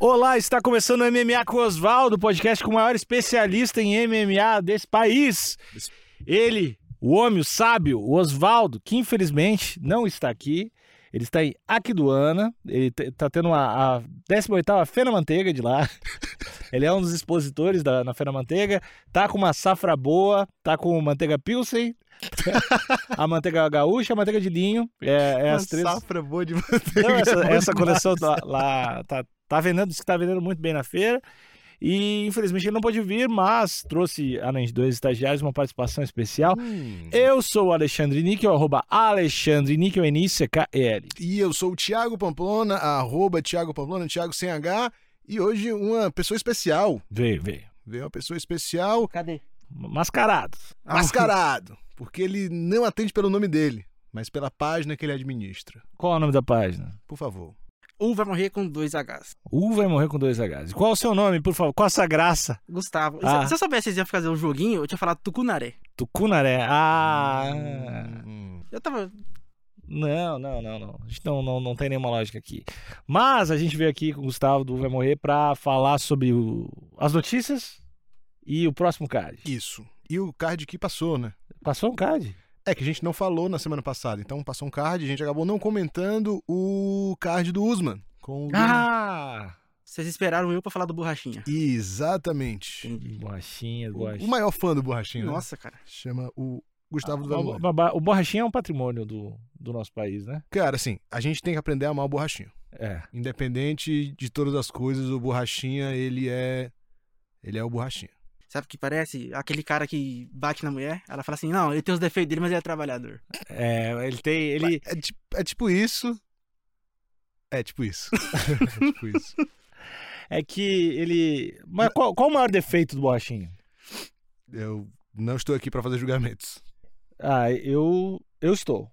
lá, está começando o MMA com o Oswaldo, podcast com o maior especialista em MMA desse país. Ele, o homem, o sábio, o Oswaldo, que infelizmente não está aqui. Ele está em Aquiduana, ele te- está tendo a, a 18ª Fena Manteiga de lá. Ele é um dos expositores da, na Fena Manteiga, tá com uma safra boa, tá com manteiga Pilsen, a manteiga gaúcha, a manteiga de linho, é, é as três... Safra boa de Não, essa, Boa essa demais. coleção tá, lá tá, tá vendendo, diz que tá vendendo muito bem na feira. E infelizmente ele não pôde vir, mas trouxe, além de dois estagiários, uma participação especial. É, Eu sou o Alexandre Níquel, arroba Alexandre Níquel, N-I-C-K-E-L. E eu sou o Thiago Pamplona, arroba Thiago Pamplona, Thiago sem H. E hoje uma pessoa especial. Veio, veio. Veio uma pessoa especial, Cadê? Mascarado. Ah. mascarado. Porque ele não atende pelo nome dele, mas pela página que ele administra. Qual é o nome da página? Por favor. Um vai morrer com dois Hs. U vai morrer com dois Hs. E Qual é o seu nome, por favor? Qual essa graça? Gustavo. Ah. Se, se eu soubesse que vocês iam fazer um joguinho, eu tinha falado Tucunaré. Tucunaré. Ah. Hum, Eu tava. Não, não, não, não. A gente não, não, não tem nenhuma lógica aqui. Mas a gente veio aqui com o Gustavo do Vai Morrer pra falar sobre o- as notícias e o próximo card. Isso. E o card que passou, né? Passou um card? É que a gente não falou na semana passada, então passou um card, a gente acabou não comentando o card do Usman. Com o Ah! Vocês esperaram eu pra falar do Borrachinha. Exatamente. Borrachinha, O borrachinha. maior fã do Borrachinho, né? Nossa, cara. Chama o Gustavo do Vai Morrer. O, o- o borrachinha é um patrimônio do, do nosso país, né? Cara, assim, a gente tem que aprender a amar o borrachinho. É. Independente de todas as coisas, o borrachinha, ele é. Ele é o borrachinha. Sabe o que parece? Aquele cara que bate na mulher. Ela fala assim: não, ele tem os defeitos dele, mas ele é trabalhador. É, ele tem. Ele, É tipo, é tipo isso. É tipo isso. é tipo isso. é que ele. Mas qual, qual o maior defeito do borrachinha? Eu não estou aqui pra fazer julgamentos. Ah, eu. Eu estou.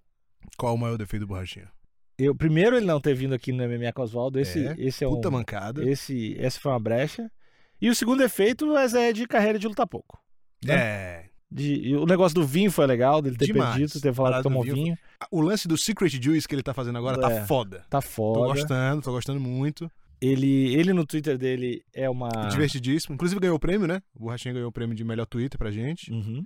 Qual o maior defeito do borrachinha? Eu, primeiro, ele não ter vindo aqui no MMA com Oswaldo. Esse É, é, esse é um. Puta mancada. Esse, essa foi uma brecha. E o segundo efeito, mas é de carreira de lutar pouco. É. De, e o negócio do vinho foi legal, dele ter Demais. perdido, ter falado que Parada do tomou vinho. vinho O lance do Secret Juice que ele tá fazendo agora É. tá foda. Tá Tô foda. gostando, tô gostando muito. Ele, ele no Twitter dele é uma. Ah. Divertidíssimo. Inclusive ganhou o prêmio, né? O Borrachinha ganhou o prêmio de melhor Twitter pra gente. Uhum.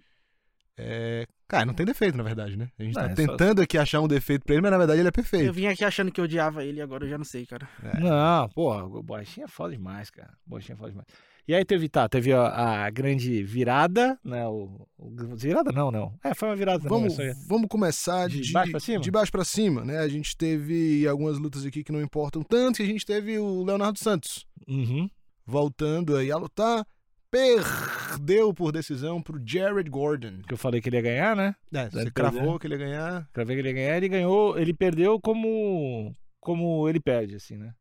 É, Cara, não tem defeito, na verdade, né? A gente Não, tá é só- tentando aqui achar um defeito pra ele, mas na verdade ele é Eu perfeito. vim aqui achando que eu odiava ele, agora eu já não sei, cara. É. Não, porra, o Borrachinha é foda demais, cara. O Borrachinha é foda demais. E aí teve, tá, teve a, a grande virada, né? O, o- virada não, não. É, foi uma virada também, Vamos, mas foi- vamos começar de, De baixo pra cima? de baixo pra cima, né? A gente teve algumas lutas aqui que não importam tanto, que a gente teve o Leonardo Santos Uhum. voltando aí a lutar, perdeu por decisão pro Jared Gordon. Que eu falei que ele ia ganhar, né? É, você Deve cravou perder. que ele ia ganhar. Cravei que ele ia ganhar, ele ganhou, ele perdeu como. Como ele perde, assim, né?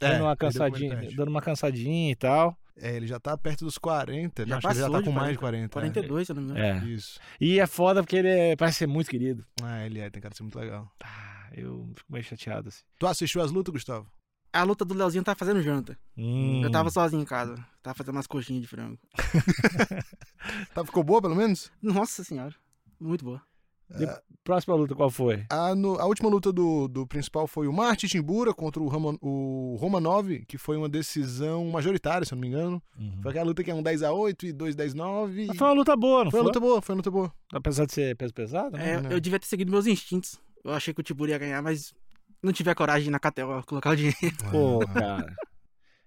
dando uma perdeu como É, ele cansadinha, perde. dando uma cansadinha e tal. É, ele já tá perto dos 40, Já já, já passou tá de com mais de 40. 42, se eu não me engano. É. né? Isso. E é foda porque ele é- parece ser muito querido. Ah, ele é, tem cara de ser muito legal. Ah, eu fico meio chateado assim. Tu assistiu as lutas, Gustavo? A luta do Leozinho tá fazendo janta. Hum, Eu tava sozinho em casa. Tava fazendo umas coxinhas de frango. Tá, ficou boa, pelo menos? Nossa senhora. Muito boa. Próxima luta qual foi? A, no- a última luta do, do principal foi o Martin Timbura contra o, Roman, o Romanov, que foi uma decisão majoritária, se eu não me engano. Foi aquela luta que é um 10x8 e 2 10x9. Mas foi uma luta boa, não Foi foi? uma luta boa, foi uma luta boa. Apesar de ser peso pesado, né? É, né? eu devia ter seguido meus instintos. Eu achei que o Tiburi ia ganhar, mas não tiver coragem de ir na KTO colocar o dinheiro. É. Pô, cara.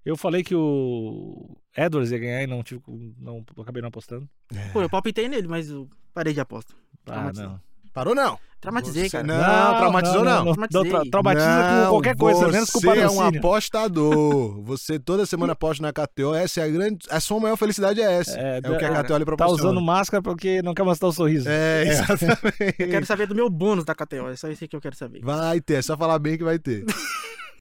Eu falei que o Edwards ia ganhar e não tive, não acabei não apostando. Pô, eu palpitei nele, mas eu parei de aposta. Ah, Traumatizei. não. Parou não. Traumatizei, Você- cara. Não, traumatizou não. Traumatizei. Tra- traumatiza com Não, qualquer coisa, menos com o Você é um patrocínio. apostador. você toda semana aposta na KTO. Essa é a grande. A sua maior felicidade é essa. É, É, o que a tá- KTO Tá lhe proporciona. usando máscara porque não quer mostrar o sorriso. É, exatamente. Eu quero saber do meu bônus da KTO. É só isso que eu quero saber. Vai ter, é só falar bem que vai ter.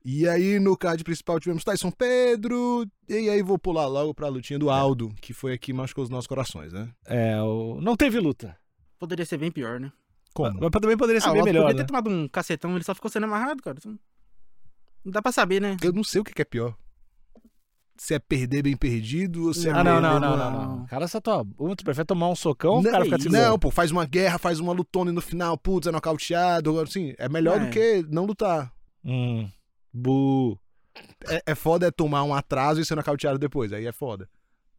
E aí, no card principal, tivemos Tyson Pedro. E aí, vou pular logo pra lutinha do Aldo, que foi aqui machucou os nossos corações, né? É, o... não teve luta. Poderia ser bem pior, né? Mas também poderia ser Ah, o bem Otto melhor. podia né? ter tomado um cacetão, ele só ficou sendo amarrado, cara. Então, Não dá pra saber, né? Eu não sei o que que é pior. Se é perder bem perdido ou se é. Ah, não, não, não, perder numa- não, não. O cara só tá. O tu prefere tomar um socão, Não, o cara fica é te Não, pô, faz uma guerra, faz uma lutona e no final, É. putz, é nocauteado. Assim, é melhor É. do que não lutar. Hum. Bu. É, é foda é tomar um atraso e ser nocauteado depois, aí é foda.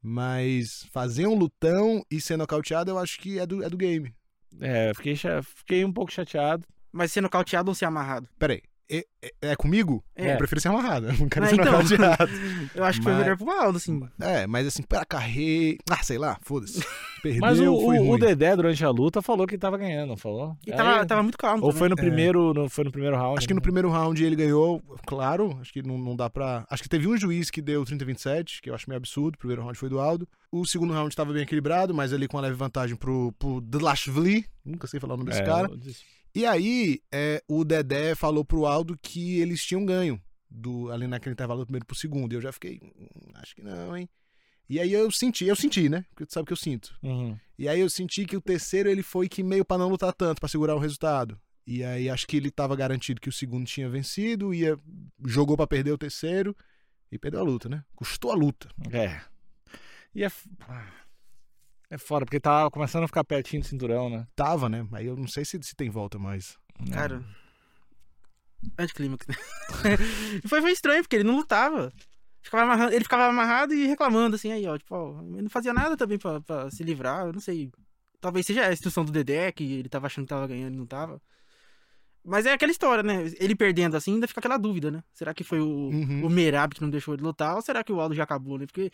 Mas fazer um lutão e ser nocauteado, eu acho que é do, é do game. É, eu fiquei, cha- fiquei um pouco chateado. Mas ser nocauteado ou ser amarrado? Peraí, é, é- é comigo? É. Eu prefiro ser amarrado, eu não quero Ah, É, ser então. nocauteado. Eu acho que foi Mas- melhor pro Valdo, assim. É, mas assim, pra carreira... Ah, sei lá, foda-se. Perdeu, Mas o, foi o- o ruim. Dedé, durante a luta, falou que tava ganhando, não falou? E Aí- tava, tava muito calmo. é. Ou também. foi no primeiro, no- foi no primeiro round? É. Acho que no primeiro round ele ganhou, claro, acho que não, não dá pra... Acho que teve um juiz que deu 30-27, que eu acho meio absurdo, o primeiro round foi do Aldo. O segundo round tava bem equilibrado, mas ali com uma leve vantagem pro, pro Dlashvili, nunca sei falar o nome desse É, cara. eu disse- E aí, é, o Dedé falou pro Aldo que eles tinham ganho do, ali naquele intervalo do primeiro pro segundo. E eu já fiquei, "Hum, acho que não, hein? E aí eu senti, eu senti, né? Porque tu sabe o que eu sinto. Uhum. E aí eu senti que o terceiro ele foi que meio pra não lutar tanto, pra segurar o resultado. E aí acho que ele tava garantido que o segundo tinha vencido, ia, jogou pra perder o terceiro e perdeu a luta, né? Custou a luta. É. E é. f- ah. É foda, porque tava começando a ficar pertinho do cinturão, né? Tava, né? Aí eu não sei se, se tem volta mais. É. Cara. Anticlímax, né? foi, foi estranho, porque ele não lutava. Ficava amarrando- ele ficava amarrado e reclamando, assim, aí, ó. Tipo, ó, ele não fazia nada também pra, pra se livrar, eu não sei. Talvez seja a instrução do Dedé, que ele tava achando que tava ganhando e não tava. Mas é aquela história, né? Ele perdendo assim, ainda fica aquela dúvida, né? Será que foi o, Uhum. o Merab que não deixou ele lutar? Ou será que o Aldo já acabou, né? Porque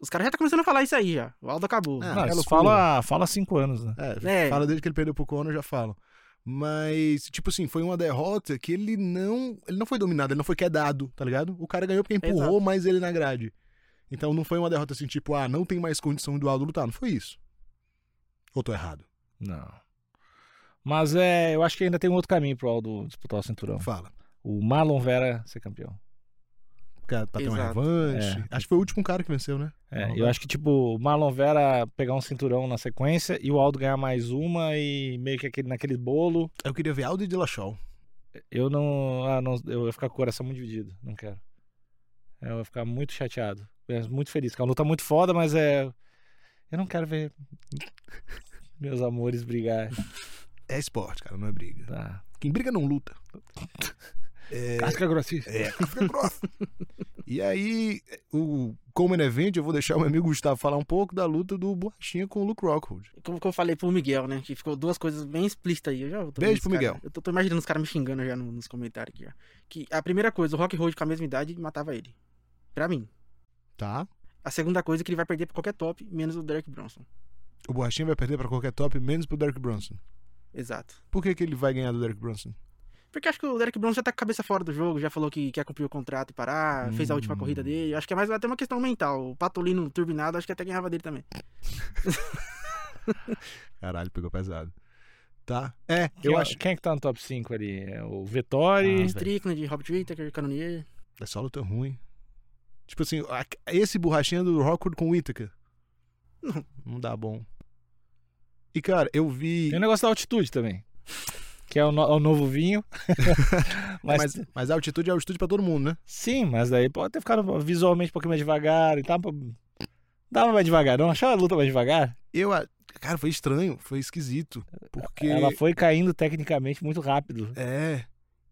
os caras já tá começando a falar isso aí já. O Aldo acabou. Ah, Não, é isso loucura. fala, fala há cinco anos, né? É, É. fala desde que ele perdeu pro Conor, já falo. Mas, tipo assim, foi uma derrota que ele não. Ele não foi dominado, ele não foi quedado, tá ligado? O cara ganhou porque empurrou mais ele na grade. Então não foi uma derrota assim, tipo, ah, não tem mais condição do Aldo lutar. Não foi isso. Ou tô errado? Não. Mas é, eu acho que ainda tem um outro caminho pro Aldo disputar o Então. cinturão. Fala. O Marlon Vera ser campeão. O cara Pra ter uma Exato. tá É. revanche. Acho que foi o último cara que venceu, né? É, Marlon eu Vera. acho que, tipo, o Marlon Vera pegar um cinturão na sequência e o Aldo ganhar mais uma e meio que aquele, naquele bolo. Eu queria ver Aldo e Dillashaw. Eu não, ah, não- Eu ia ficar com o coração muito dividido. Não quero. É, Eu ia ficar muito chateado. mas Muito feliz. que É uma luta muito foda, mas é. Eu não quero ver meus amores brigar. É esporte, cara, não é briga. Tá. Quem briga não luta. É... Casca grossista. É, fica grossa. e aí, o Common Event, eu vou deixar o meu amigo Gustavo falar um pouco da luta do Borrachinha com o Luke Rockhold. Como que eu falei pro Miguel, né? Que ficou duas coisas bem explícitas aí. Eu já tô vendo Beijo os pro cara- Miguel. eu tô, tô imaginando os caras me xingando já no- nos comentários aqui, ó. Que a primeira coisa, o Rock Road com a mesma idade matava ele. Pra mim. Tá? A segunda coisa é que ele vai perder pra qualquer top, menos o Derek Bronson. O Borrachinha vai perder pra qualquer top, menos pro Derek Bronson. Exato. Por que, que ele vai ganhar do Derek Bronson? Porque acho que o Derek Bronson já tá com a cabeça fora do jogo, já falou que quer cumprir o contrato e parar, fez a última Hum. corrida dele. Acho que é mais até uma questão mental. O Patolino turbinado, acho que até ganhava dele também. Caralho, pegou pesado. Tá? É, Quem, eu é- acho. quem é que tá no top 5 ali? É o Vettori. Ah, Strickland, Robert Whittaker, Canonier. É só luta ruim. Tipo assim, a- esse Borrachinha do Rockhold com o Whittaker. Não. Não dá bom. E cara, eu vi. Tem o negócio da altitude também. Que é o, no- o novo vinho. mas, Mas, mas a altitude é altitude pra todo mundo, né? Sim, mas daí pode ter ficado visualmente um pouquinho mais devagar e tal. pô. Dava mais devagar, não? Achava a luta mais devagar? Eu. a- Cara, foi estranho, foi esquisito. Porque. Ela foi caindo tecnicamente muito Uhum. rápido. É.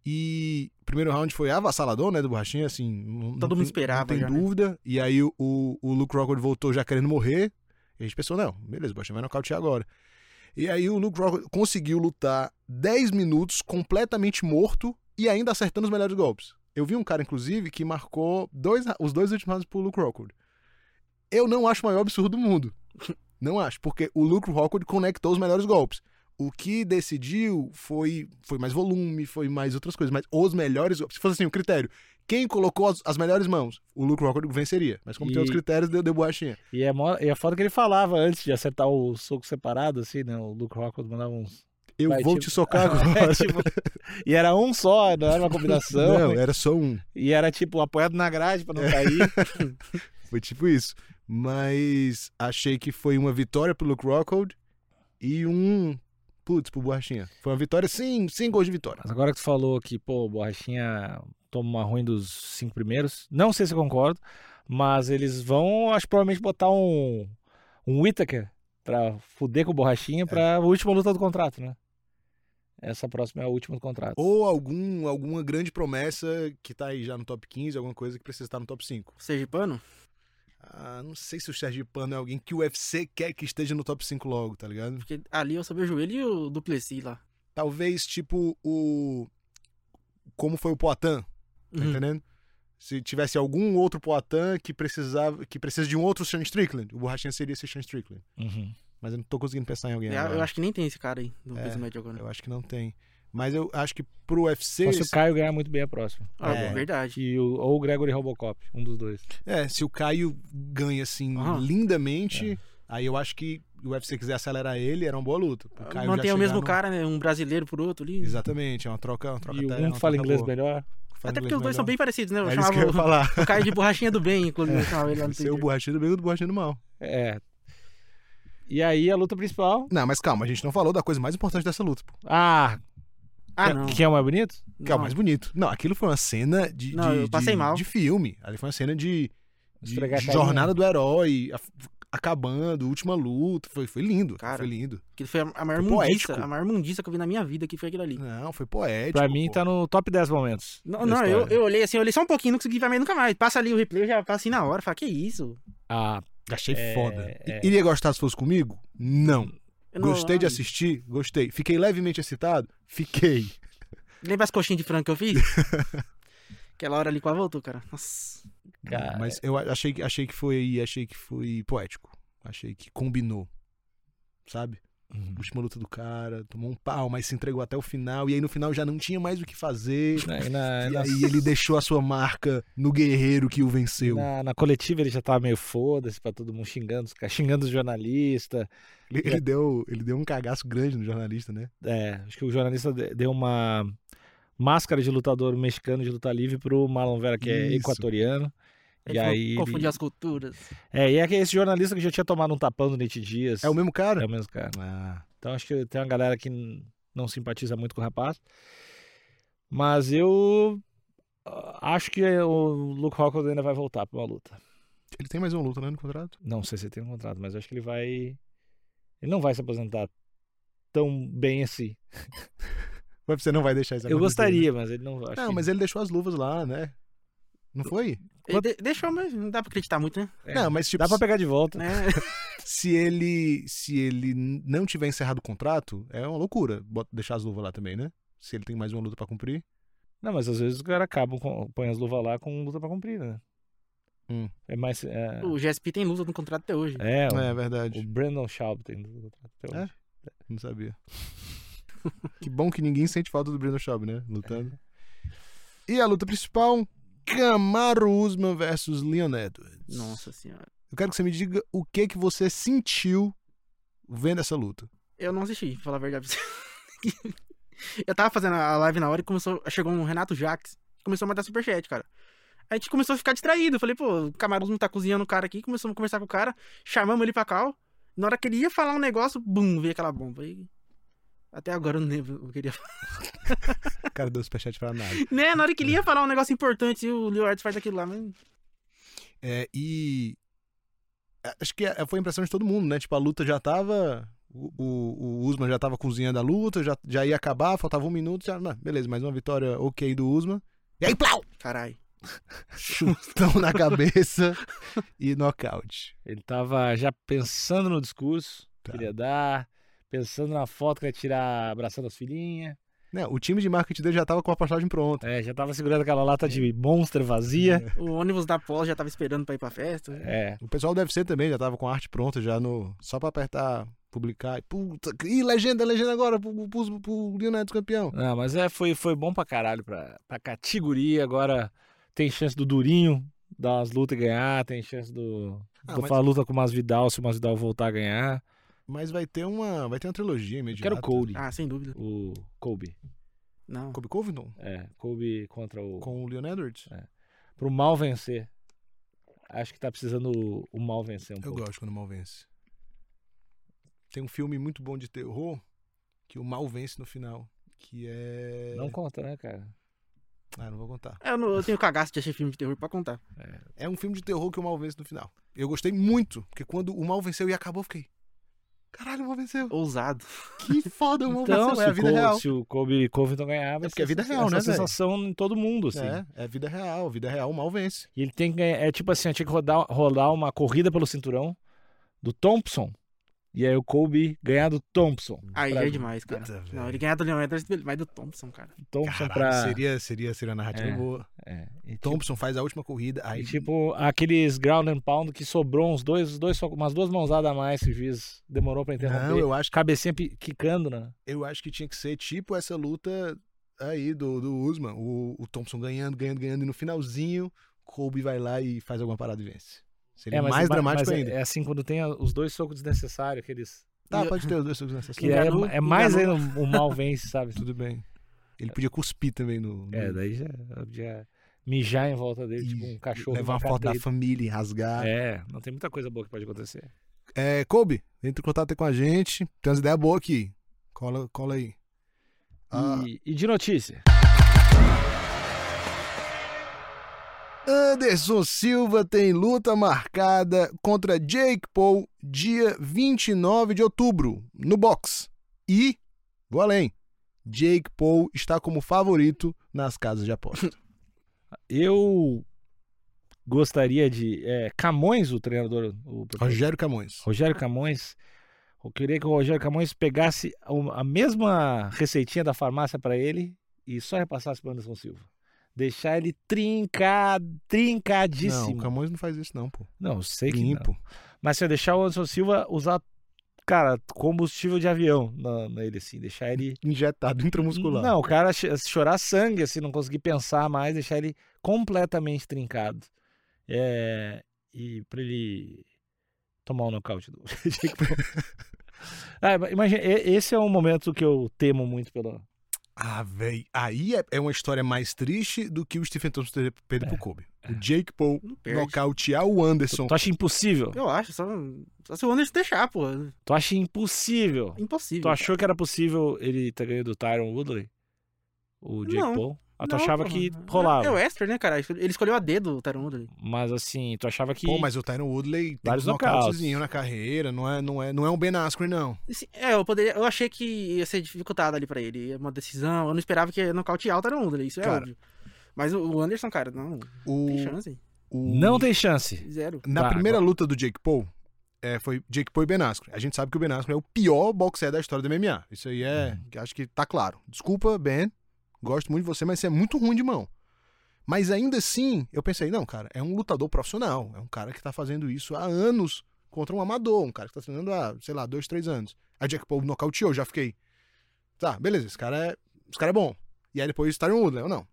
E o primeiro round foi avassalador, né, do Borrachinha, assim. não- não Todo mundo tem- esperava Não tem já, né? dúvida. E aí o, o o Luke Rockhold voltou já querendo morrer. E a gente pensou, não, beleza, o Borrachinha vai nocautear agora. E aí o Luke Rockhold conseguiu lutar 10 minutos completamente morto e ainda acertando os melhores golpes. Eu vi um cara, inclusive, que marcou dois, ra- os dois últimos rounds pro Luke Rockhold. Eu não acho o maior absurdo do mundo. Não acho, porque o Luke Rockhold conectou os melhores golpes. O que decidiu foi, foi mais volume, foi mais outras coisas, mas os melhores. Se fosse assim, o critério. Quem colocou as, as melhores mãos? O Luke Rockhold venceria. Mas como tem E- outros critérios, deu, deu borrachinha. E é, mó- e é foda que ele falava antes de acertar o soco separado, assim, né? O Luke Rockhold mandava uns. Eu Vai, vou tipo- te socar agora. É, tipo, e era um só, não era uma combinação. Não, era só um. E era, tipo, apoiado na grade pra não cair. Foi tipo isso. Mas achei que foi uma vitória pro Luke Rockhold e um. Putz, pro borrachinha. Foi uma vitória, sim, sem gols de vitória. Mas agora que tu falou que, pô, o Borrachinha toma uma ruim dos cinco primeiros, não sei se eu concordo, mas eles vão, acho que provavelmente botar um, um Whittaker pra fuder com o Borrachinha pra última luta do contrato, né? Essa próxima é a última do contrato. Ou algum, alguma grande promessa que tá aí já no top 15, alguma coisa que precisa estar no top 5. Sergipano? Ah, não sei se o Sergipano é alguém que o UFC quer que esteja no top 5 logo, tá ligado? Porque ali eu só vi o joelho e o Duplessis lá. Talvez, tipo, o. Como foi o Poitin, tá Uhum. entendendo? Se tivesse algum outro Poitin que precisava. que precisa de um outro Sean Strickland, o Borrachinha seria esse Sean Strickland. Uhum. Mas eu não tô conseguindo pensar em alguém. É, agora. Eu acho que nem tem esse cara aí do né? É, peso médio agora. Eu acho que não tem. Mas eu acho que pro UFC. Só se o Caio ganhar muito bem a próxima. Ah, é. verdade. E o- ou o Gregory Robocop, um dos dois. É, se o Caio ganha assim Aham. É. lindamente, aí eu acho que o UFC quiser acelerar ele, era uma boa luta. O Caio já Mantém o chegar mesmo no- cara, né? Um brasileiro por outro ali. Exatamente, é uma troca, uma troca e até- um uma que fala troca inglês boa. melhor. Fala Até inglês porque os dois melhor. são bem parecidos, né? Eu É isso que eu ia chamava falar. É, o cara de borrachinha do bem, inclusive. Eu chamava ele lá no Seu Twitter. borrachinho do bem e do borrachinho do mal. É. E aí a luta principal. Não, mas calma, a gente não falou da coisa mais importante dessa luta, pô, Ah, Ah, que- não. que é o mais bonito? que é o Não. mais bonito. Não, aquilo foi uma cena de, Não, de- eu passei de- mal. de filme. Ali foi uma cena de, de- Esfregar a de carinha. jornada do herói, a- acabando, última luta. Foi, foi lindo, Cara. foi lindo. Que foi a a maior Foi mundiça, É poético. a maior mundiça que eu vi na minha vida, que foi aquilo ali. Não, foi poético. Pra mim É tipo, pô. tá no top 10 momentos. Não, da não, eu, história. eu olhei assim, eu olhei só um pouquinho, não consegui ver mais nunca mais. Passa ali o replay, eu já passo assim na hora, fala, que isso? Ah, Achei É, foda. é. Iria gostar se fosse comigo? Não. Eu não- Gostei de ah, assistir? Gostei. Fiquei levemente excitado? Fiquei. Lembra as coxinhas de frango que eu fiz? Aquela hora ali quase voltou, cara. Nossa. cara. Mas eu a- achei, que- achei que foi. Achei que foi poético. Achei que combinou. Sabe? Uhum. Última luta do cara, tomou um pau, mas se entregou até o final. E aí no final já não tinha mais o que fazer. Na, na- E na- aí ele deixou a sua marca no guerreiro que o venceu. na- na coletiva ele já tava meio foda-se pra todo mundo xingando, os ca- xingando os jornalistas. Ele, ele deu, ele deu um cagaço grande no jornalista, né? É, acho que o jornalista de- deu uma máscara de lutador mexicano de luta livre pro Marlon Vera, que é Isso. equatoriano. Ele e falou, aí. Confundiu ele- as culturas. É, e é que esse jornalista que já tinha tomado um tapão do Nate Dias. É o mesmo cara? É o mesmo cara. Ah, Então acho que tem uma galera que n- não simpatiza muito com o rapaz. Mas eu ah, acho que o Luke Rockhold ainda vai voltar pra uma luta. ele tem mais uma luta, né, no contrato? Não sei se ele tem um contrato, mas eu acho que ele vai. Ele não vai se aposentar tão bem assim. O UFC não vai deixar isso eu acontecer, né? gostaria, mas ele não vai. Não, mas ele deixou as luvas lá, né? Não foi? Ele de- deixou, mas não dá pra acreditar muito, né? É. Não, mas tipo, Dá pra pegar de volta. Né? se ele se ele não tiver encerrado o contrato, é uma loucura bota- deixar as luvas lá também, né? Se ele tem mais uma luta pra cumprir. Não, mas às vezes os caras acabam, com, põem as luvas lá com luta pra cumprir, né? Hum. É mais. É, O GSP tem luta no contrato até hoje. é, o, É o verdade. É? Brandon Schaub tem luta Então, pra cumprir até hoje. Não sabia. que bom que ninguém sente falta do Breno Schaub, né? Lutando. E a luta principal, Camaro Usman versus Leon Edwards. Nossa senhora. Eu quero que você me diga o que que você sentiu vendo essa luta. Eu não assisti, pra falar a verdade pra você. Eu tava fazendo a live na hora e começou. Chegou um Renato Jaques. Começou a mandar superchat, cara. A gente começou a ficar distraído. Eu falei, pô, o Camarus não tá cozinhando o cara aqui. Começamos a conversar com o cara. Chamamos ele pra cal. Na hora que ele ia falar um negócio, bum, veio aquela bomba. E... Até agora eu não lembro o que eu queria falar. O cara deu superchat pra nada. Né? Na hora que ele ia falar um negócio importante, o Leo Arts faz aquilo lá. Mas... É, e a- acho que a- foi a impressão de todo mundo, né? Tipo, a luta já tava. O, o, o Usman já tava cozinhando a luta, já, já ia acabar, faltava um minuto, já. não, beleza, mais uma vitória ok do Usman. E aí, plau! Caralho. Chutão na cabeça e nocaute. Ele tava já pensando no discurso Tá. que ele ia dar, pensando na foto que ele ia tirar abraçando as filhinhas. Né, o time de marketing dele já tava com a postagem pronta. É, É, já tava segurando aquela lata de monster vazia. O ônibus da pós já tava esperando pra ir pra festa. É. O pessoal do UFC também já tava com a arte pronta, já no. Só pra apertar, publicar. E, puta, e legenda, legenda agora pro, pro, pro Leonardo campeão. Não, mas é, foi, foi bom pra caralho pra, pra categoria. Agora tem chance do Durinho dar umas lutas e ganhar, tem chance do. Ah, do mas- falar luta com o Masvidal, se o Masvidal voltar a ganhar. Mas vai ter uma. Vai ter uma trilogia Eu imediata. quero o Cody. Ah, sem dúvida. O Kobe. Não. Kobe Covington? É, Kobe contra o. Com o Leon Edwards? É, Pro mal vencer. Acho que tá precisando o, o mal vencer um Eu pouco. gosto quando o mal vence. Tem um filme muito bom de terror que o mal vence no final. Que é. Não conta, né, cara? Ah, não vou contar. É, Eu, não, eu tenho cagaço de assistir filme de terror pra contar. É um filme de terror que o mal vence no final. Eu gostei muito, porque quando o mal venceu e acabou, eu fiquei. Caralho, o Mal venceu. Ousado. Que foda, o Mal Então, venceu. se, É a o vida Col- real. se o Kobe Covington ganhar, vai É porque é ser vida essa- real, essa né, velho? sensação em todo mundo, assim. É, é vida real, vida real, o mal vence. E ele tem que ganhar. É tipo assim, eu tinha que rodar, rolar uma corrida pelo cinturão do Thompson. E aí o Kobe ganhar do Thompson. Hum. Aí Pra- é demais, cara. Puta, velho. não, ele ganhar do Leon Edwards, beleza, mas do Thompson, cara. Thompson Caralho, pra. seria, seria, seria uma narrativa É. boa. É, e tipo- Thompson faz a última corrida, aí e tipo, aqueles ground and pound que sobrou uns dois, dois só- umas duas mãozadas a mais que o juiz demorou pra interromper. Não, eu acho, que, Cabecinha pi- quicando, né? eu acho que tinha que ser tipo essa luta aí do, do Usman. O, o Thompson ganhando, ganhando, ganhando, e no finalzinho, Kobe vai lá e faz alguma parada e vence. Seria mas- mais mas- dramático mas é- ainda. É, assim, quando tem a- os dois socos desnecessários, aqueles. Tá, E- pode ter os dois socos Que necessários. é, Enganou, é mais enganou. ainda o mal vence, sabe? Tudo bem. Ele podia cuspir também no. no- É, daí já, já mijar em volta dele, tipo um cachorro. levar uma numa foto da carteira. família, rasgar. É, não tem muita coisa boa que pode acontecer. É, Kobe, entre em contato aí com a gente. Tem umas ideias boas aqui. Cola, cola aí. Ah, E, e de notícia? Anderson Silva tem luta marcada contra Jake Paul dia 29 de outubro, no box. E, vou além, Jake Paul está como favorito nas casas de aposta. Eu gostaria de. é, Camões, o treinador, o Rogério Camões. Rogério Camões. Eu queria que o Rogério Camões pegasse o- a mesma receitinha da farmácia para ele e só repassasse para Anderson Silva. Deixar ele trinca, Não, o trincadíssimo. Não, Camões não faz isso não, pô. eu sei que não. Limpo. Mas se eu deixar o Anderson Silva usar, cara, combustível de avião na- nele, assim. Deixar ele. Injetado intramuscular. Não, o cara ch- chorar sangue, assim, não conseguir pensar mais, deixar ele completamente trincado. É, e pra ele tomar um nocaute do Jake Paul. Ah, ima- imagina, e- esse é um momento que eu temo muito pelo. Ah, velho. Aí é, é uma história mais triste do que o Stephen Thompson ter perdido É. pro Kobe. O Jake Paul Não perde. nocautear o Anderson. Tu acha impossível? Eu acho, só, só se o Anderson deixar, pô. Tu acha impossível? Impossível. Tu achou que era possível ele ter ganho do Tyron Woodley? O Jake Não, Paul? Ah, tu Não, achava porra. que rolava. É o Esther, né, cara? Ele escolheu a dedo, o Taron Woodley. Mas assim, tu achava que. Pô, mas o Tyron Woodley tem Vários uns nocautes. nocautezinhos na carreira, não é, não, é, não é um Ben Askren, não. Assim, É, eu poderia. Eu achei que ia ser dificultado ali pra ele. É uma decisão. Eu não esperava que ia nocautear o Taron Woodley, isso é Cara. óbvio. Mas o o Anderson, cara, não. O, Tem chance. o- Não tem chance. Zero. Na Tá, primeira luta do Jake Paul, é, foi Jake Paul e Ben Askren. A gente sabe que o Ben Askren é o pior boxeador da história do MMA. Isso aí é... Acho que tá claro. Desculpa, Ben. Gosto muito de você, mas você é muito ruim de mão. Mas ainda assim, eu pensei, não, cara, é um lutador profissional. É um cara que tá fazendo isso há anos contra um amador. Um cara que tá treinando há, sei lá, dois, três anos. Aí Jake Paul nocauteou, já fiquei... Tá, beleza, esse cara é... Esse cara é bom. E aí depois Tyron Woodley. Eu, não.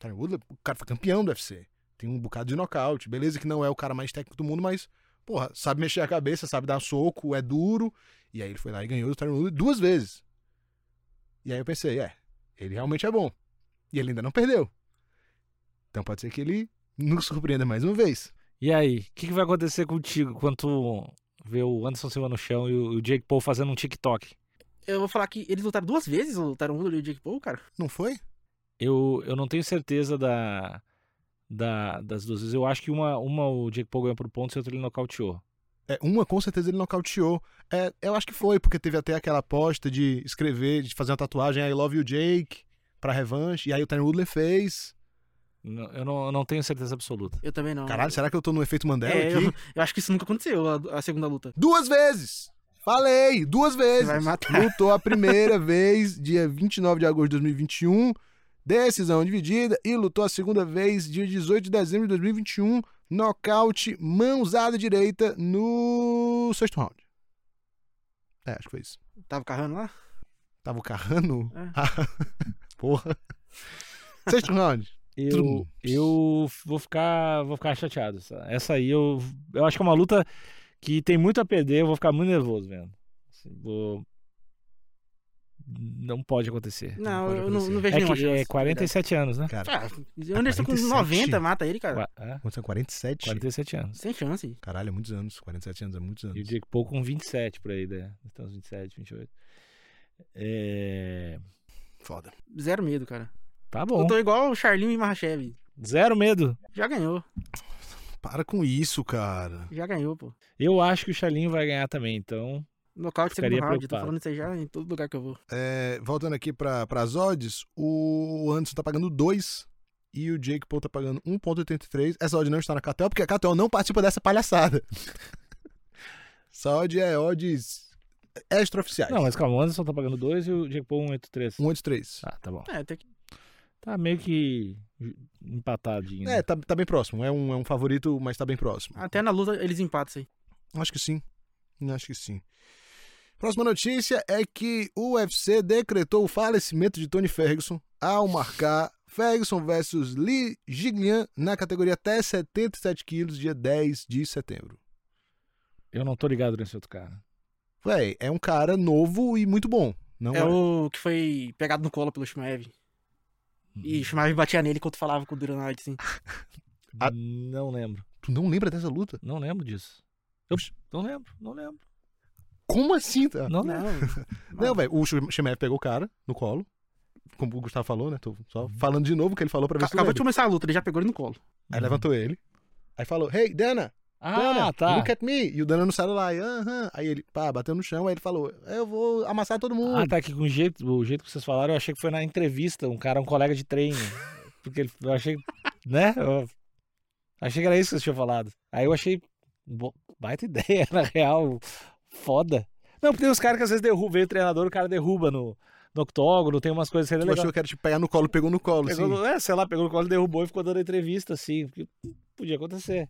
Tyron Woodley, o cara foi campeão do UFC tem um bocado de nocaute. Beleza que não é o cara mais técnico do mundo, mas, porra, sabe mexer a cabeça, sabe dar soco, é duro. E aí ele foi lá e ganhou do Tyron Woodley duas vezes. E aí eu pensei, é, ele realmente é bom. E ele ainda não perdeu. Então pode ser que ele nos surpreenda mais uma vez. E aí, o que, que vai acontecer contigo quando tu vê o Anderson Silva no chão e o o Jake Paul fazendo um TikTok? Eu vou falar que eles lutaram duas vezes, o Taron Woodley e o Jake Paul, cara. Não foi? Eu, eu não tenho certeza da, da- das duas vezes. Eu acho que uma, uma o Jake Paul ganhou por pontos e outra ele nocauteou. É, uma com certeza ele nocauteou. É, eu acho que foi, porque teve até aquela aposta de escrever, de fazer uma tatuagem I love you, Jake, pra revanche. E aí o Tyron Woodley fez. Não- Eu não, eu não tenho certeza absoluta. Eu também não. Caralho, será que eu tô no efeito Mandela É, aqui? eu, eu acho que isso nunca aconteceu, a, a segunda luta. Duas vezes! Falei, duas vezes! vai matar. Lutou a primeira vez, dia 29 de agosto de 2021, decisão dividida, e lutou a segunda vez, dia 18 de dezembro de 2021, nocaute, mãozada direita no sexto round. É, acho que foi isso. Tava carrando lá? Tava o Carrano? É. Porra. Sexto round. Eu, Trum. eu f- vou ficar vou ficar chateado. sa- Essa aí eu, eu acho que é uma luta que tem muito a perder. Eu vou ficar muito nervoso vendo. Assim, vou- Não pode acontecer. Não, pode eu não, acontecer. não vejo É nenhuma que chance. é 47 anos, né? Cara, Ah, o Anderson com 47? 90 mata ele, cara. Qua- hã? quantos são? 47? 47 anos. Sem chance. Caralho, é muitos anos. 47 anos é muitos anos. E o Jake Paul com 27 por aí, né? Então, uns 27, 28. É... Foda. Zero medo, cara. Tá Eu bom. tô igual o Charlinho e Marrachev. Zero medo. Já ganhou. Para com isso, cara. Já ganhou, pô. Eu acho que o Chalinho vai ganhar também, então Nocaute segundo Ficaria round, eu tô preocupado. falando isso aí já em todo lugar que eu vou. É, voltando aqui pra, pras odds, o Anderson tá pagando 2 e o Jake Paul tá pagando 1.83. Essa odd não está na Catel, porque a Catel não participa dessa palhaçada. Essa odd é odds extraoficiais. Não, mas calma, o Anderson tá pagando 2 e o Jake Paul 183. 1.83. Ah, tá bom. É, até que. Tá meio que empatadinho. né? É, tá, tá bem próximo. É um, é um favorito, mas tá bem próximo. Até na luta eles empatam isso aí. Acho que sim. Acho que sim. Próxima notícia é que o UFC decretou o falecimento de Tony Ferguson ao marcar Ferguson versus Lee Giglian na categoria até 77 quilos, dia 10 de setembro. Eu não tô ligado nesse outro cara. Véi, é um cara novo e muito bom. Não é, é o que foi pegado no colo pelo Shimaev. E Shimaev batia nele enquanto falava com o Duranite, assim. Ah. a- Hum, Não lembro. Tu não lembra dessa luta? Não lembro disso. Eu... Oxi. Não lembro, não lembro. Como assim? tá? Não lembro. Não, Não, velho, o Shemev pegou o cara no colo. Como o Gustavo falou, né? Tô só falando de novo o que ele falou pra ver se tu Uhum. acabou de lembra. começar a luta, ele já pegou ele no colo. Aí levantou né? ele. Aí falou, hey, Dana, Ah, Dana, tá. look at me. E o Dana no celular, e, aham. Aí ele, pá, bateu no chão, aí ele falou, eu vou amassar todo mundo. Ah, tá aqui com o jeito, o jeito que vocês falaram, eu achei que foi na entrevista, um cara, um colega de treino. Porque ele, eu achei, né? Eu achei que era isso que vocês tinham falado. Aí eu achei bo- baita ideia, na real, foda. Não, porque tem uns caras que às vezes derrubam, vem o treinador, o cara derruba no, no octógono, tem umas coisas que é Tu legal. achou que era te pegar no colo, pegou no colo, Pegou assim. no- é, sei lá, pegou no colo, derrubou e ficou dando entrevista, assim, porque podia acontecer.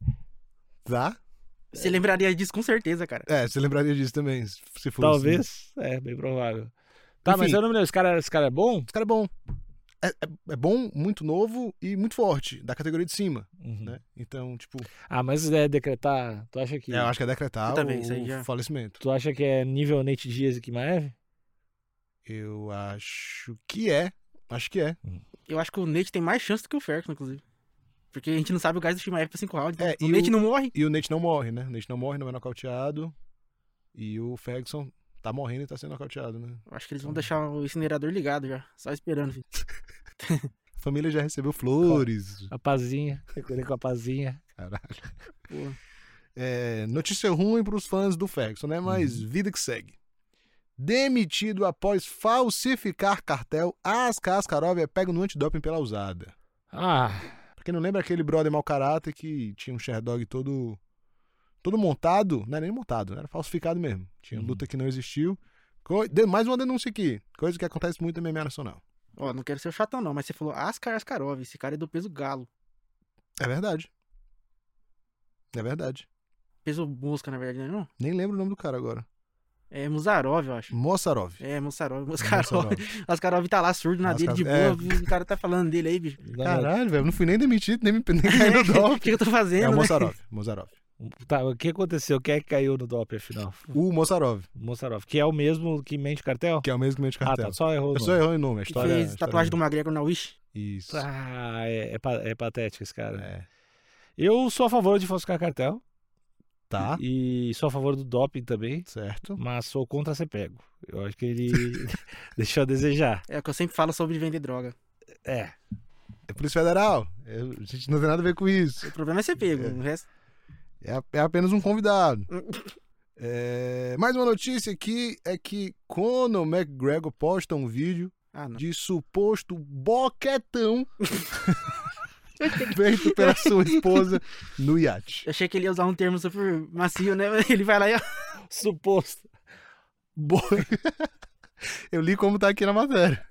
Tá? Você lembraria disso com certeza, cara. É, você lembraria disso também, se fosse. Talvez, é, bem provável. Tá, mas Enfim. eu não me lembro, esse cara, esse cara é bom? Esse cara é bom. É, é- é bom, muito novo e muito forte, da categoria de cima, Uhum. né? Então, tipo, Ah, mas é decretar, tu acha que... é, eu acho que é decretar Eu também, isso aí o, já. o falecimento. Tu acha que é nível Nate Diaz e Kimaev? Eu acho que é. Acho que é. Eu acho que o Nate tem mais chance do que o Ferguson, inclusive. Porque a gente não sabe o gás do Shimaev pra 5 rounds. né? É, o e Nate o- não morre. E o Nate não morre, né? O Nate não morre, não é nocauteado. E o Ferguson tá morrendo e tá sendo nocauteado, né? Eu acho que eles vão deixar o incinerador ligado já. Só esperando. filho. A família já recebeu flores. A pazinha. Recolher com a pazinha. Pô. É, notícia ruim para os fãs do Ferguson, né? Mas vida que segue. Demitido após falsificar cartel, Aska Askarov é pego no antidoping pela usada. Ah, Pra quem não lembra, aquele brother mau caráter que tinha um Sherdog todo todo montado, não era nem montado, né? era falsificado mesmo. Tinha Uhum. luta que não existiu. Co- de- Mais uma denúncia aqui, coisa que acontece muito na MMA Nacional. Ó, não quero ser chatão não, mas você falou Askar Askarov. Esse cara é do peso galo. É verdade. É verdade. Peso mosca, na verdade, não é não? Nem lembro o nome do cara agora. É Musarov, eu acho. Mossarov. É, Musarov, Mossarov. Muskarov. Askarov tá lá surdo na dele de boa. É. O cara tá falando dele aí, bicho. não, Caralho, velho, não fui nem demitido, nem me nem caí É, no o dop. que eu tô fazendo, É o né? Mossarov, Mossarov. tá, o que aconteceu? Quem é que caiu no dop, afinal? O Mossarov, O Mossarov, que é o mesmo que mente cartel? que é o mesmo que mente Ah, cartel. tá, só errou. o Eu só nome. errou em nome, a Que história. fez a tatuagem do história- McGregor na Wish. Isso. Ah, é, é pa- é patético esse cara. É. Eu sou a favor de falsificar cartel. Tá, E sou a favor do doping também. certo. Mas sou contra ser pego. Eu acho que ele deixou a desejar. É o que eu sempre falo sobre vender droga. É. É Polícia Federal. É, a gente não tem nada a ver com isso. O problema é ser pego. O resto... É, a- é apenas um convidado. É, mais uma notícia aqui é que Conor McGregor posta um vídeo Ah, não. de suposto boquetão feito pela sua esposa no iate. Eu achei que ele ia usar um termo super macio, né? Ele vai lá e... Suposto. Eu li como tá aqui na matéria.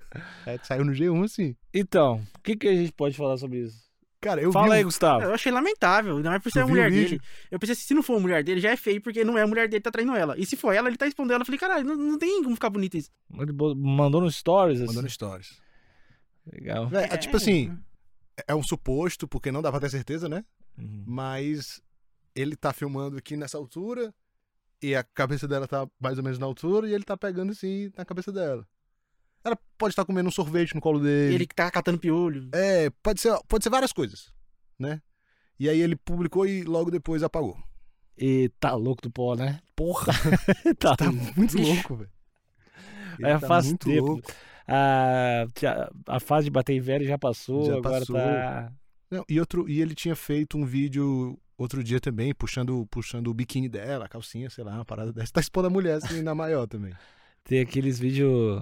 É, saiu no G1, assim. Então, o que, que a gente pode falar sobre isso? Cara, eu Fala vi um aí, o- Gustavo. Eu achei lamentável. Não é por ser Tu a viu o mulher vídeo? dele. Eu pensei assim, se não for a mulher dele, já é feio, porque não é a mulher dele que tá traindo ela. E se for ela, ele tá respondendo ela. Eu falei, caralho, não, não tem como ficar bonito isso. É. Ele bo- mandou nos stories. Assim. Mandando stories. Legal. É, é tipo assim, é um suposto, porque não dá pra ter certeza, né? Uhum. Mas ele tá filmando aqui nessa altura e a cabeça dela tá mais ou menos na altura e ele tá pegando assim na cabeça dela. Ela pode estar comendo um sorvete no colo dele. Ele que tá catando piolho. É, pode ser, pode ser várias coisas, né? E aí ele publicou e logo depois apagou. E tá louco do pó, né? Porra! tá. Tá muito Bicho. louco, velho. Ele tá É, faz tempo. louco. A, a fase de bater em velho já passou, Já agora passou. tá. Não, e outro, e ele tinha feito um vídeo outro dia também, puxando, puxando o biquíni dela, a calcinha, sei lá, uma parada dessa. Tá expondo a mulher assim na maior também. Tem aqueles vídeos.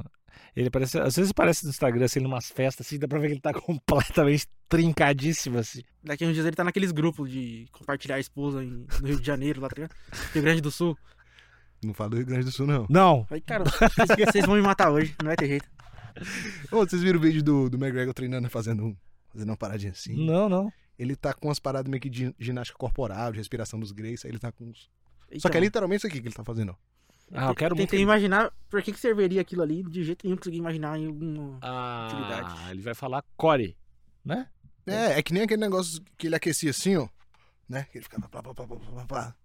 Ele parece. Às vezes aparece no Instagram, assim, numas festas, assim, dá pra ver que ele tá completamente trincadíssimo, assim. Daqui a uns dias ele tá naqueles grupos de compartilhar a esposa em- no Rio de Janeiro, lá tá ligado? Rio Grande do Sul. Não fala do Rio Grande do Sul, não. Não, Aí, cara, vocês- vocês vão me matar hoje, não vai ter jeito. Ô, vocês viram o vídeo do, do McGregor treinando, fazendo, um- fazendo uma paradinha assim? não, não. Ele tá com umas paradas meio que de ginástica corporal, de respiração dos Greys, aí ele tá com uns... Só Então, que é literalmente isso aqui que ele tá fazendo, ó. Ah, eu quero muito. Tentei imaginar por que, que serviria aquilo ali, de jeito nenhum consegui imaginar em algum. Ah, Utilidade. ele vai falar core, né? É, é que nem aquele negócio que ele aquecia assim, ó. Né? Que ele ficava plá, plá, plá, plá, plá, plá.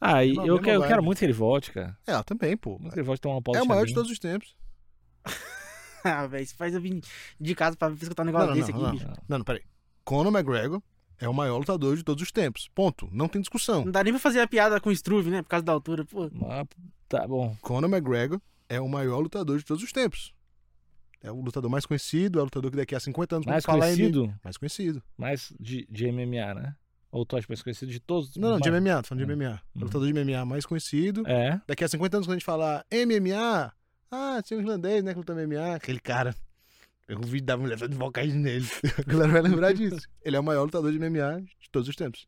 Ah, e Mesma- eu, mesma quero, eu vibe. quero muito que ele volte, cara. É, ó, também, pô. Muito que ele volte tomar uma pausa. É o de maior de chavinha. todos os tempos. ah, velho, isso faz eu vir de casa pra escutar um negócio Não, não, desse não, aqui, não. bicho. Não, não, peraí. Conor McGregor é o maior lutador de todos os tempos. Ponto. Não tem discussão. Hum. Não dá nem pra fazer a piada com o Struve, né? Por causa da altura. Pô, Ah, tá bom. Conor McGregor é o maior lutador de todos os tempos. É o lutador mais conhecido, é o lutador que daqui a 50 anos Mais quando falar em- conhecido, Mais conhecido. mais de, de MMA, né? Ou tu acha mais conhecido de todos? Não, não, de Mas- MMA, tô falando de MMA. É O lutador de MMA mais conhecido. É. Daqui a 50 anos, quando a gente falar MMA, ah, tinha um irlandês, né, que luta MMA. Aquele cara. Eu vi da mulher fazendo vocais nele. A galera vai lembrar disso. Ele é o maior lutador de MMA de todos os tempos.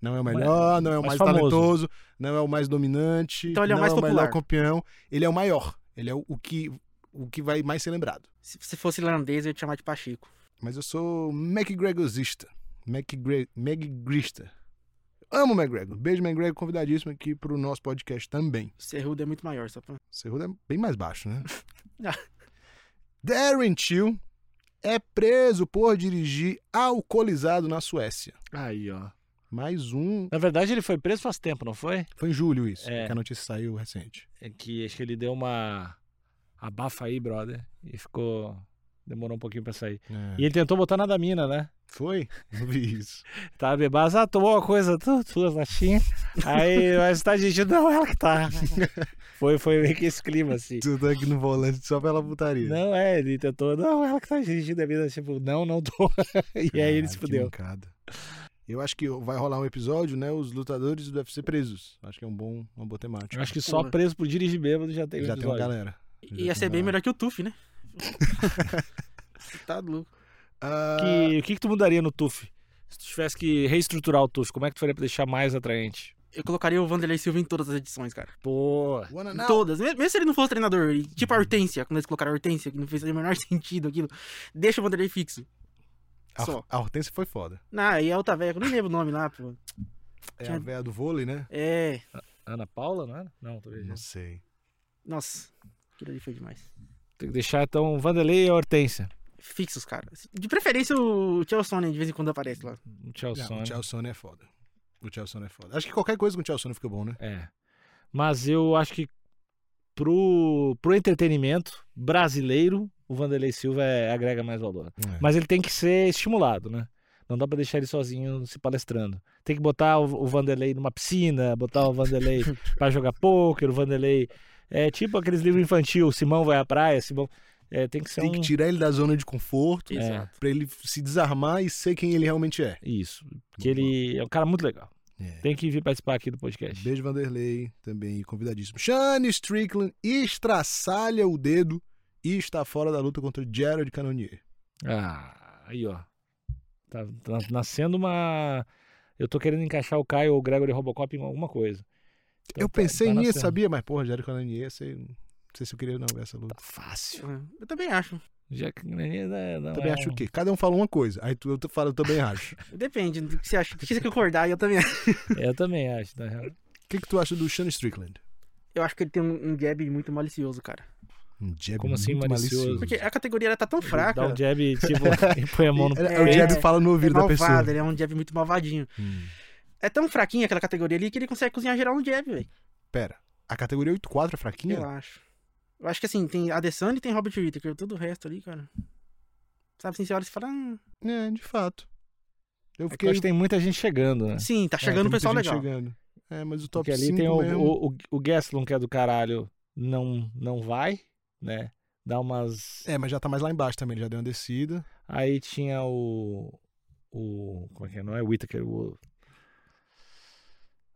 Não é o melhor, não é o mais mais famoso. talentoso, não é o mais dominante, Então ele é o não mais é o melhor popular. campeão. Ele é o maior. Ele é o, o que, o que vai mais ser lembrado. se se fosse irlandês, eu ia te chamar de Pacheco. Mas eu sou McGregorista. McGre- McGrista. Amo o McGregor. Beijo, McGregor, convidadíssimo aqui pro nosso podcast também. O Cerrudo é muito maior, só pra. Cerrudo é bem mais baixo, né? Ah. Darren Till é preso por dirigir alcoolizado na Suécia. Aí, ó. Mais um. Na verdade, ele foi preso faz tempo, não foi? Foi em julho isso, É. que a notícia saiu recente. É que acho que ele deu uma abafa aí, brother. E ficou. Demorou um pouquinho pra sair. É. E ele tentou botar na da mina, né? Foi? Não vi isso. Tá bebaz, ah, tomou uma coisa, tu, duas latinhas. Aí, mas tá dirigindo, não, ela que tá. Foi, foi meio que esse clima, assim. Tu tá aqui no volante só pela putaria. Não, é, ele tentou, não, ela que tá dirigindo a vida, tipo, não, não tô. E aí ele se Caralho, que fudeu. mancada. Eu acho que vai rolar um episódio, né? Os lutadores do UFC presos. Acho que é um bom, uma boa temática. Eu acho que só Porra. preso por dirigir bêbado já tem um Já tem uma episódio. galera. E Ia ser bem melhor que o Tuf, né? Você tá louco. Ah, Que, o que, que tu mudaria no TUF? Se tu tivesse que reestruturar o TUF, como é que tu faria pra deixar mais atraente? Eu colocaria o Vanderlei Silva em todas as edições, cara. Pô. Wanna Em know? todas. Mesmo mesmo se ele não fosse treinador. e Tipo a Hortência, quando eles colocaram a Hortência, que não fez o menor sentido aquilo. Deixa o Vanderlei fixo. A- Só. A Hortência foi foda. Ah, e a outra velha, que eu nem lembro o nome lá, pô. É a Tinha- véia do vôlei, né? É. Ana Paula, não era? Não, tô viajando. Não sei. Nossa, aquilo ali foi demais. Tem que deixar então o Vanderlei e a Hortência. Fixos, cara. De preferência o Chelsea de vez em quando aparece lá. Tchau, Não, Sônia. o Chelsea é foda. O Chelsea é foda. Acho que qualquer coisa com o Chelsea fica bom, né? É. Mas eu acho que pro, pro entretenimento brasileiro, o Vanderlei Silva é- agrega mais valor. É. Mas ele tem que ser estimulado, né? Não dá pra deixar ele sozinho se palestrando. Tem que botar o, o Vanderlei numa piscina, botar o Vanderlei pra jogar pôquer, o Vanderlei. É tipo aqueles livros infantil, Simão vai à praia, Simão. É, tem que ser Tem um... que tirar ele da zona de conforto Exato. pra ele se desarmar e ser quem ele realmente é. Isso. Que ele é um cara muito legal. Tem que vir participar aqui do podcast. Beijo, Vanderlei, também convidadíssimo. Shane Strickland estraçalha o dedo e está fora da luta contra Jared Cannonier. Ah, aí ó. Tá, tá nascendo uma. Eu tô querendo encaixar o Caio ou o Gregory Robocop em alguma coisa. Então eu tá- pensei tá nisso, nascendo. sabia? Mas, porra, Jared Cannonier, ia ser- não sei se eu queria não ver essa luta. Tá fácil. Eu também acho. Já que né, não Também é acho um- o quê? Cada um fala uma coisa. Aí tu, eu tu fala, eu também acho. Depende do que você acha. Se você concordar, eu também acho. É, Eu também acho, na real. O que, que tu acha do Shane Strickland? Eu acho que ele tem um, um jab muito malicioso, cara. Um jab Como assim, muito malicioso? Porque a categoria ela tá tão Dá fraca. um jab e, tipo, e põe a mão no. É, é o jab que fala no É ouvido da pessoa. malvado, ele é um jab muito malvadinho. Hum. É tão fraquinha aquela categoria ali que ele consegue cozinhar geral no jab, velho. Pera, a categoria 8-4 é fraquinha? Eu acho. Eu acho que assim, tem Adesanya e tem Robert Whittaker, todo o resto ali, cara. Sabe, assim, você olha e fala, "Hum, É, de fato. Eu É que eu fiquei. acho que tem muita gente chegando, né? sim, tá É, chegando tem o pessoal muita gente legal. Chegando. É, mas o top Porque 5 ali tem o, mesmo... o, o, o Gastelum, que é do caralho, não, não vai, né? Dá umas. É, mas já tá mais lá embaixo também, ele já deu uma descida. Aí tinha o. O. Como é que é? Não é Whittaker, o.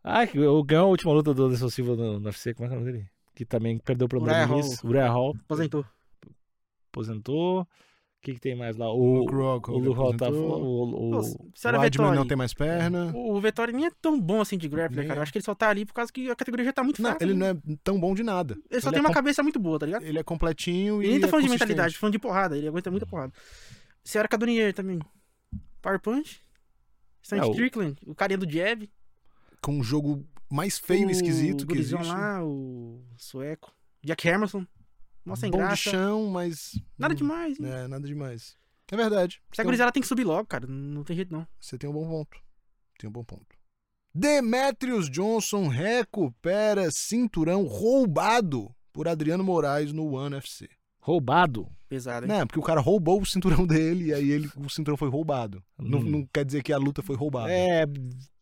Ah, que o- ganhou a última luta do Anderson Silva no, no UFC, como é que é o nome dele? Que também perdeu pro André Uriah Hall. Ruiz. Uriah Hall Aposentou. aposentou. O que, que tem mais lá? O O, Luke Rockhold o Lu Hall tá aposentou. fora. O, o, Pô, O senhora Weidman Vettori. não tem mais perna. O Vettori nem é tão bom assim de grappler, Nem é. cara. Eu Acho que ele só tá ali por causa que a categoria já tá muito Não, fraca. um- ele né? não é tão bom de nada. Ele só ele tem é uma com- cabeça muito boa, tá ligado? Ele é completinho e. Ele nem tá é falando de consistente. mentalidade, tá falando de porrada. Ele aguenta muita porrada. Senhora Cadonier também. Power Punch. Stan É, o- Strickland. O carinha do Jeb. Com um jogo mais feio o e esquisito que gurizão existe. lá, o sueco. Jack Hermanson. Mó sem bom de graça. chão, mas. Nada hum, demais. né? É, nada demais. É verdade. Essa Então, gurizada tem que subir logo, cara. Não tem jeito, não. Você tem um bom ponto. Tem um bom ponto. Demetrius Johnson recupera cinturão roubado por Adriano Moraes no One FC. Roubado. Pesado, hein? Não, porque o cara roubou o cinturão dele e aí ele, o cinturão foi roubado. Não, Hum. não quer dizer que a luta foi roubada. É,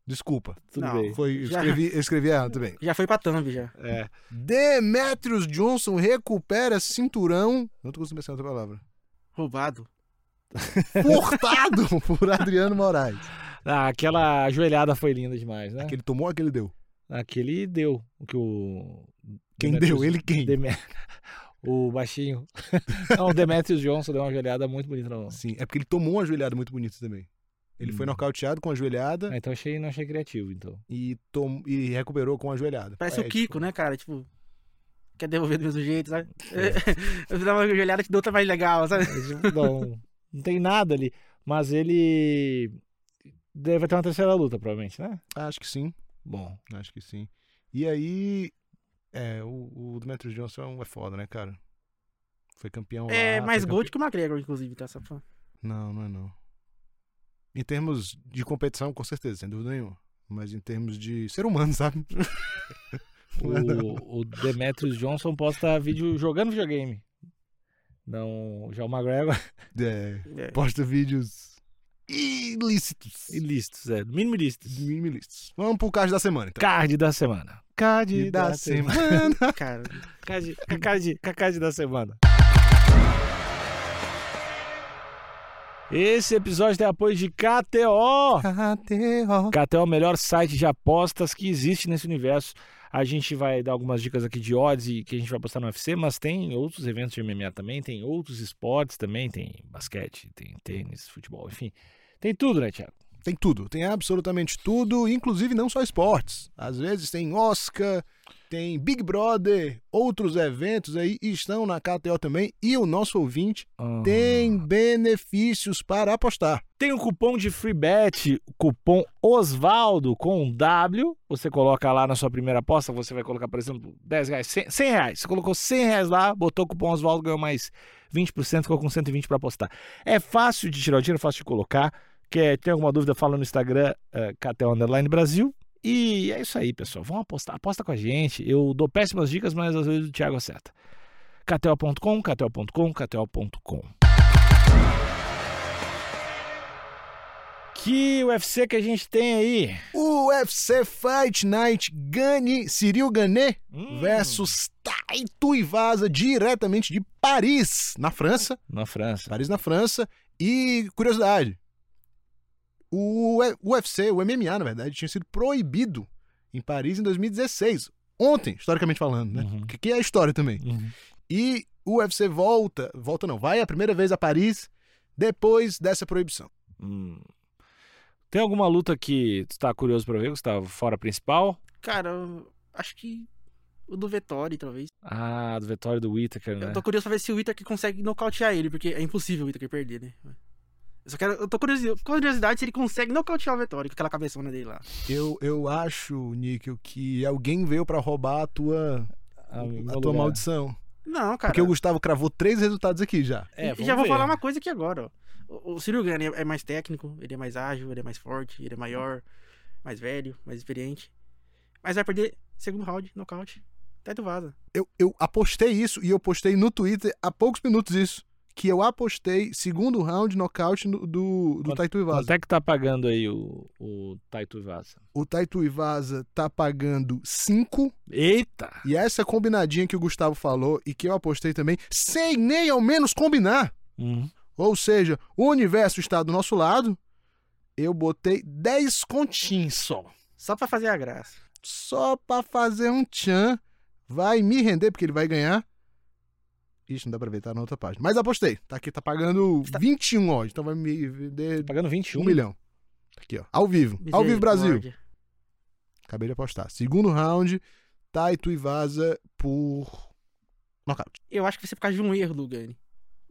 Desculpa. tudo Não. bem. Foi, eu Já. escrevi, eu escrevi errado também. Já foi pra thumb, já. É. Demetrius Johnson recupera cinturão. Não tô conseguindo pensar outra palavra. Roubado. Furtado por Adriano Moraes. Ah, aquela ajoelhada foi linda demais, né? Que Aquele, ele tomou, aquele deu. deu. O que o. Quem Demetrius- deu? Ele quem? Deme- O baixinho. Não, o Demetrius Johnson deu uma ajoelhada muito bonita. No... Sim, é porque ele tomou uma ajoelhada muito bonita também. Ele foi Hum. nocauteado com a ajoelhada É. Ah, então achei, não achei criativo, então. e, tom... e recuperou com a ajoelhada. Parece É, o Kiko, né, cara? Tipo, quer devolver do mesmo jeito, sabe? É. Eu dá uma olhada que deu outra mais legal, sabe? Mas Não, não tem nada ali. Mas ele. Deve ter uma terceira luta, provavelmente, né? Acho que sim, Bom. acho que sim. E aí, é, o, o Demetrius Johnson é um- é foda, né, cara? Foi campeão lá, É foi mais campe- gold que o McGregor, inclusive, tá? Só pra... Não, não é não. Em termos de competição, com certeza, sem dúvida nenhuma. Mas em termos de ser humano, sabe? O, o Demetrius Johnson posta vídeo jogando videogame. Não, já o McGregor. É, É. posta vídeos ilícitos. Ilícitos, é. no Mínimo ilícitos. Ilícitos. Vamos pro card da semana, então. Card da semana. Card E da semana. Cara, Card, card, card da semana. Esse episódio tem apoio de KTO. KTO. KTO é o melhor site de apostas que existe nesse universo. A gente vai dar algumas dicas aqui de odds e que a gente vai postar no UFC, mas tem outros eventos de MMA também, tem outros esportes também, tem basquete, tem tênis, futebol, enfim. Tem tudo, né, Thiago? Tem tudo, tem absolutamente tudo, inclusive não só esportes. Às vezes tem Oscar, tem Big Brother, outros eventos aí estão na KTO também. E o nosso ouvinte tem benefícios para apostar. Tem um cupom de free bet, o cupom Osvaldo com um W. Você coloca lá na sua primeira aposta, você vai colocar, por exemplo, 10 reais, 100, 100 reais. Você colocou 100 reais lá, botou o cupom Osvaldo, ganhou mais 20%, ficou com 120 para apostar. É fácil de tirar o dinheiro, fácil de colocar. Quer, tem alguma dúvida, fala no Instagram, uh, KTO Underline Brasil. E é isso aí, pessoal. Vão apostar, aposta com a gente. Eu dou péssimas dicas, mas às vezes o Thiago acerta. KTO.com, KTO.com, KTO.com. Que UFC que a gente tem aí? O UFC Fight Night Gani Cyril Gane Hum. versus Taito Ivasa diretamente de Paris, na França. Na França. Paris na França. E curiosidade, o U- UFC, o MMA, na verdade, tinha sido proibido em Paris em 2016. Ontem, historicamente falando, né? Uhum. Que, que é a história também. Uhum. E o UFC volta, volta não, vai a primeira vez a Paris depois dessa proibição. Hum. Tem alguma luta que tu tá curioso pra ver, Gustavo? Fora a principal? cara, eu acho que o do Vettori, talvez. Ah, do Vitória do Whittaker, né? É. Eu tô curioso pra ver se o Whittaker consegue nocautear ele, porque é impossível o Whittaker perder, né? Eu só quero. Eu tô curioso, com curiosidade se ele consegue nocautear o Vettori com aquela cabeçona dele lá. Eu, eu acho, Níquel, que alguém veio pra roubar a tua, Ah, em a meu tua lugar. maldição. Não, cara. Porque o Gustavo cravou três resultados aqui já. É, E vamos já vou ver. falar uma coisa aqui agora, ó. O, o Ciro Gane é é mais técnico, ele é mais ágil, ele é mais forte, ele é maior, mais velho, mais experiente. Mas vai perder segundo round, nocaute. Teto vaza. eu, eu apostei isso e eu postei no Twitter há poucos minutos isso. Que eu apostei segundo round nocaute no- do, do Quanto- Taito Ivasa. Quanto é que tá pagando aí o, o Taito Ivasa? O Taito Ivasa tá pagando 5. Eita! E essa combinadinha que o Gustavo falou e que eu apostei também, sem nem ao menos combinar. Uhum. Ou seja, o universo está do nosso lado. Eu botei 10 continhos só. Só pra fazer a graça. só pra fazer um tchan, vai me render, porque ele vai ganhar. Ixi, não dá pra ver, tá na outra página. Mas apostei. Tá aqui, tá pagando 21 odds, então vai me vender Pagando 21. 1 milhão. Tá Aqui, ó. Ao vivo. Ao vivo, Brasil. Acabei de apostar. Segundo round, Taito e Vaza por nocaute. Eu acho que vai ser por causa de um erro do Gani.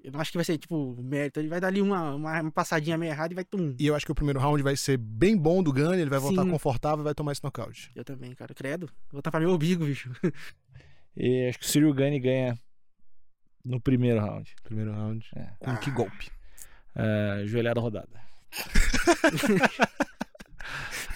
Eu não acho que vai ser, tipo, mérito. Ele vai dar ali uma, uma, uma passadinha meio errada e vai tum. E eu acho que o primeiro round vai ser bem bom do Gani, ele vai voltar Sim. confortável e vai tomar esse nocaute. Eu também, cara. Credo. Vou voltar pra meu umbigo, bicho. E acho que o Ciro Gani ganha no primeiro round. Primeiro round. É. Com que golpe? É, joelhada rodada.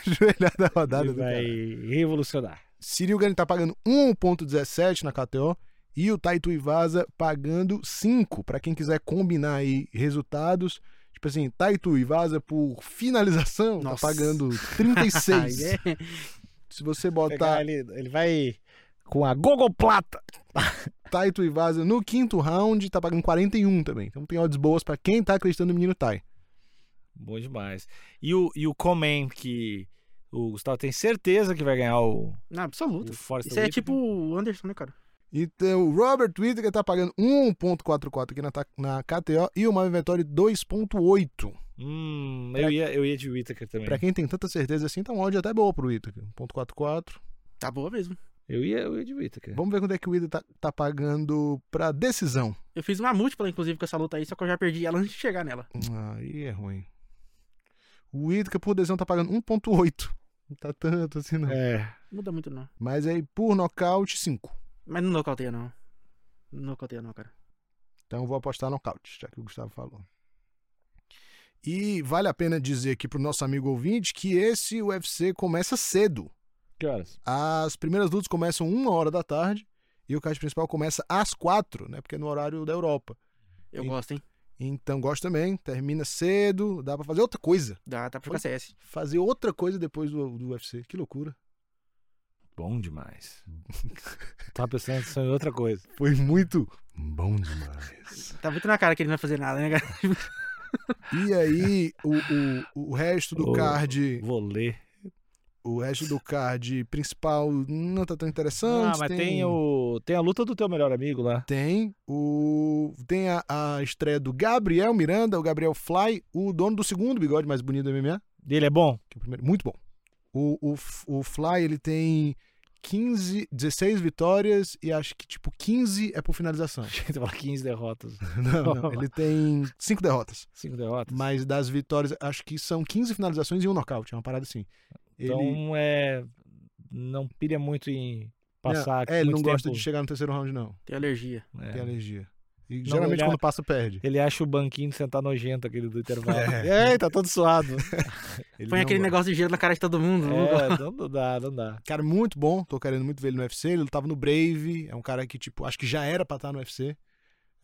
Joelhada rodada Ele do cara. vai revolucionar. Cyril Gane tá pagando 1.17 na KTO e o Taito Ivasa pagando 5. Pra quem quiser combinar aí resultados, tipo assim, Taito Ivasa por finalização Nossa. tá pagando 36. Aí é- Se você Pegar botar Ele, ele vai com a gogoplata. Taito Ivasa no quinto round, tá pagando 41 também. Então tem odds boas pra quem tá acreditando no menino Tai. Bom demais. E o, e o Coman, que o Gustavo tem certeza que vai ganhar o, Não, o absoluto. Force Isso aí é tipo o Anderson, né, cara? Então, o Robert Whittaker tá pagando 1.44 aqui na, ta- na KTO e o Mavi Vettori 2.8. Hum, eu ia, eu ia de Whittaker também. Pra quem tem tanta certeza assim, tá uma odd até boa pro Whittaker. 1.44. Tá boa mesmo. Eu ia, eu ia de Whittaker. Vamos ver quanto é que o Ida tá, tá pagando pra decisão. Eu fiz uma múltipla, inclusive, com essa luta aí, só que eu já perdi ela antes de chegar nela. Aí é ruim. O Ida, por decisão, tá pagando 1.8. Não tá tanto assim, não. É. Muda muito, não. Mas aí, por nocaute, 5. Mas não nocauteia, não. Não nocauteia, não, cara. Então eu vou apostar nocaute, já que o Gustavo falou. E vale a pena dizer aqui pro nosso amigo ouvinte que esse UFC começa cedo. Que horas? As primeiras lutas começam uma hora da tarde e o card principal começa às quatro, né? Porque é no horário da Europa. Eu E- gosto, hein? Então gosto também, termina cedo, dá pra fazer outra coisa. Dá, tá dá pra jogar CS. fazer outra coisa depois do, do UFC. Que loucura. Bom demais. Tava pensando só em outra coisa. Foi muito bom demais. Tá muito na cara que ele não vai fazer nada, né, cara? e aí, o, o, o resto do O- card. Vou ler. O resto do card principal não tá tão interessante. Ah, mas tem... o. Tem a luta do teu melhor amigo lá. Tem o. Tem a, a estreia do Gabriel Miranda, o Gabriel Fly, o dono do segundo bigode mais bonito do MMA, Ele é bom? que é o primeiro. Muito bom. O, o, F- o Fly, ele tem 15, 16 vitórias e acho que tipo 15 é por finalização. Gente, fala 15 derrotas. Não, não. Ele tem cinco derrotas. 5 derrotas. Mas das vitórias, acho que são 15 finalizações e um nocaute. É uma parada assim. Ele, Então é. Não pilha muito em passar. é, ele não muito gosta tempo, de chegar no terceiro round, não. Tem alergia. é. Tem alergia. E Não, geralmente ele- quando passa, perde. Ele acha o banquinho de sentar nojento aquele do intervalo. É. Ei, tá todo suado. Ele Põe não aquele gosta. Um negócio de gelo na cara de todo mundo. não gosto. é, não, não dá, não dá. Cara muito bom, tô querendo muito ver ele no UFC. Ele lutava no Brave, é um cara que, tipo, acho que já era pra estar no UFC.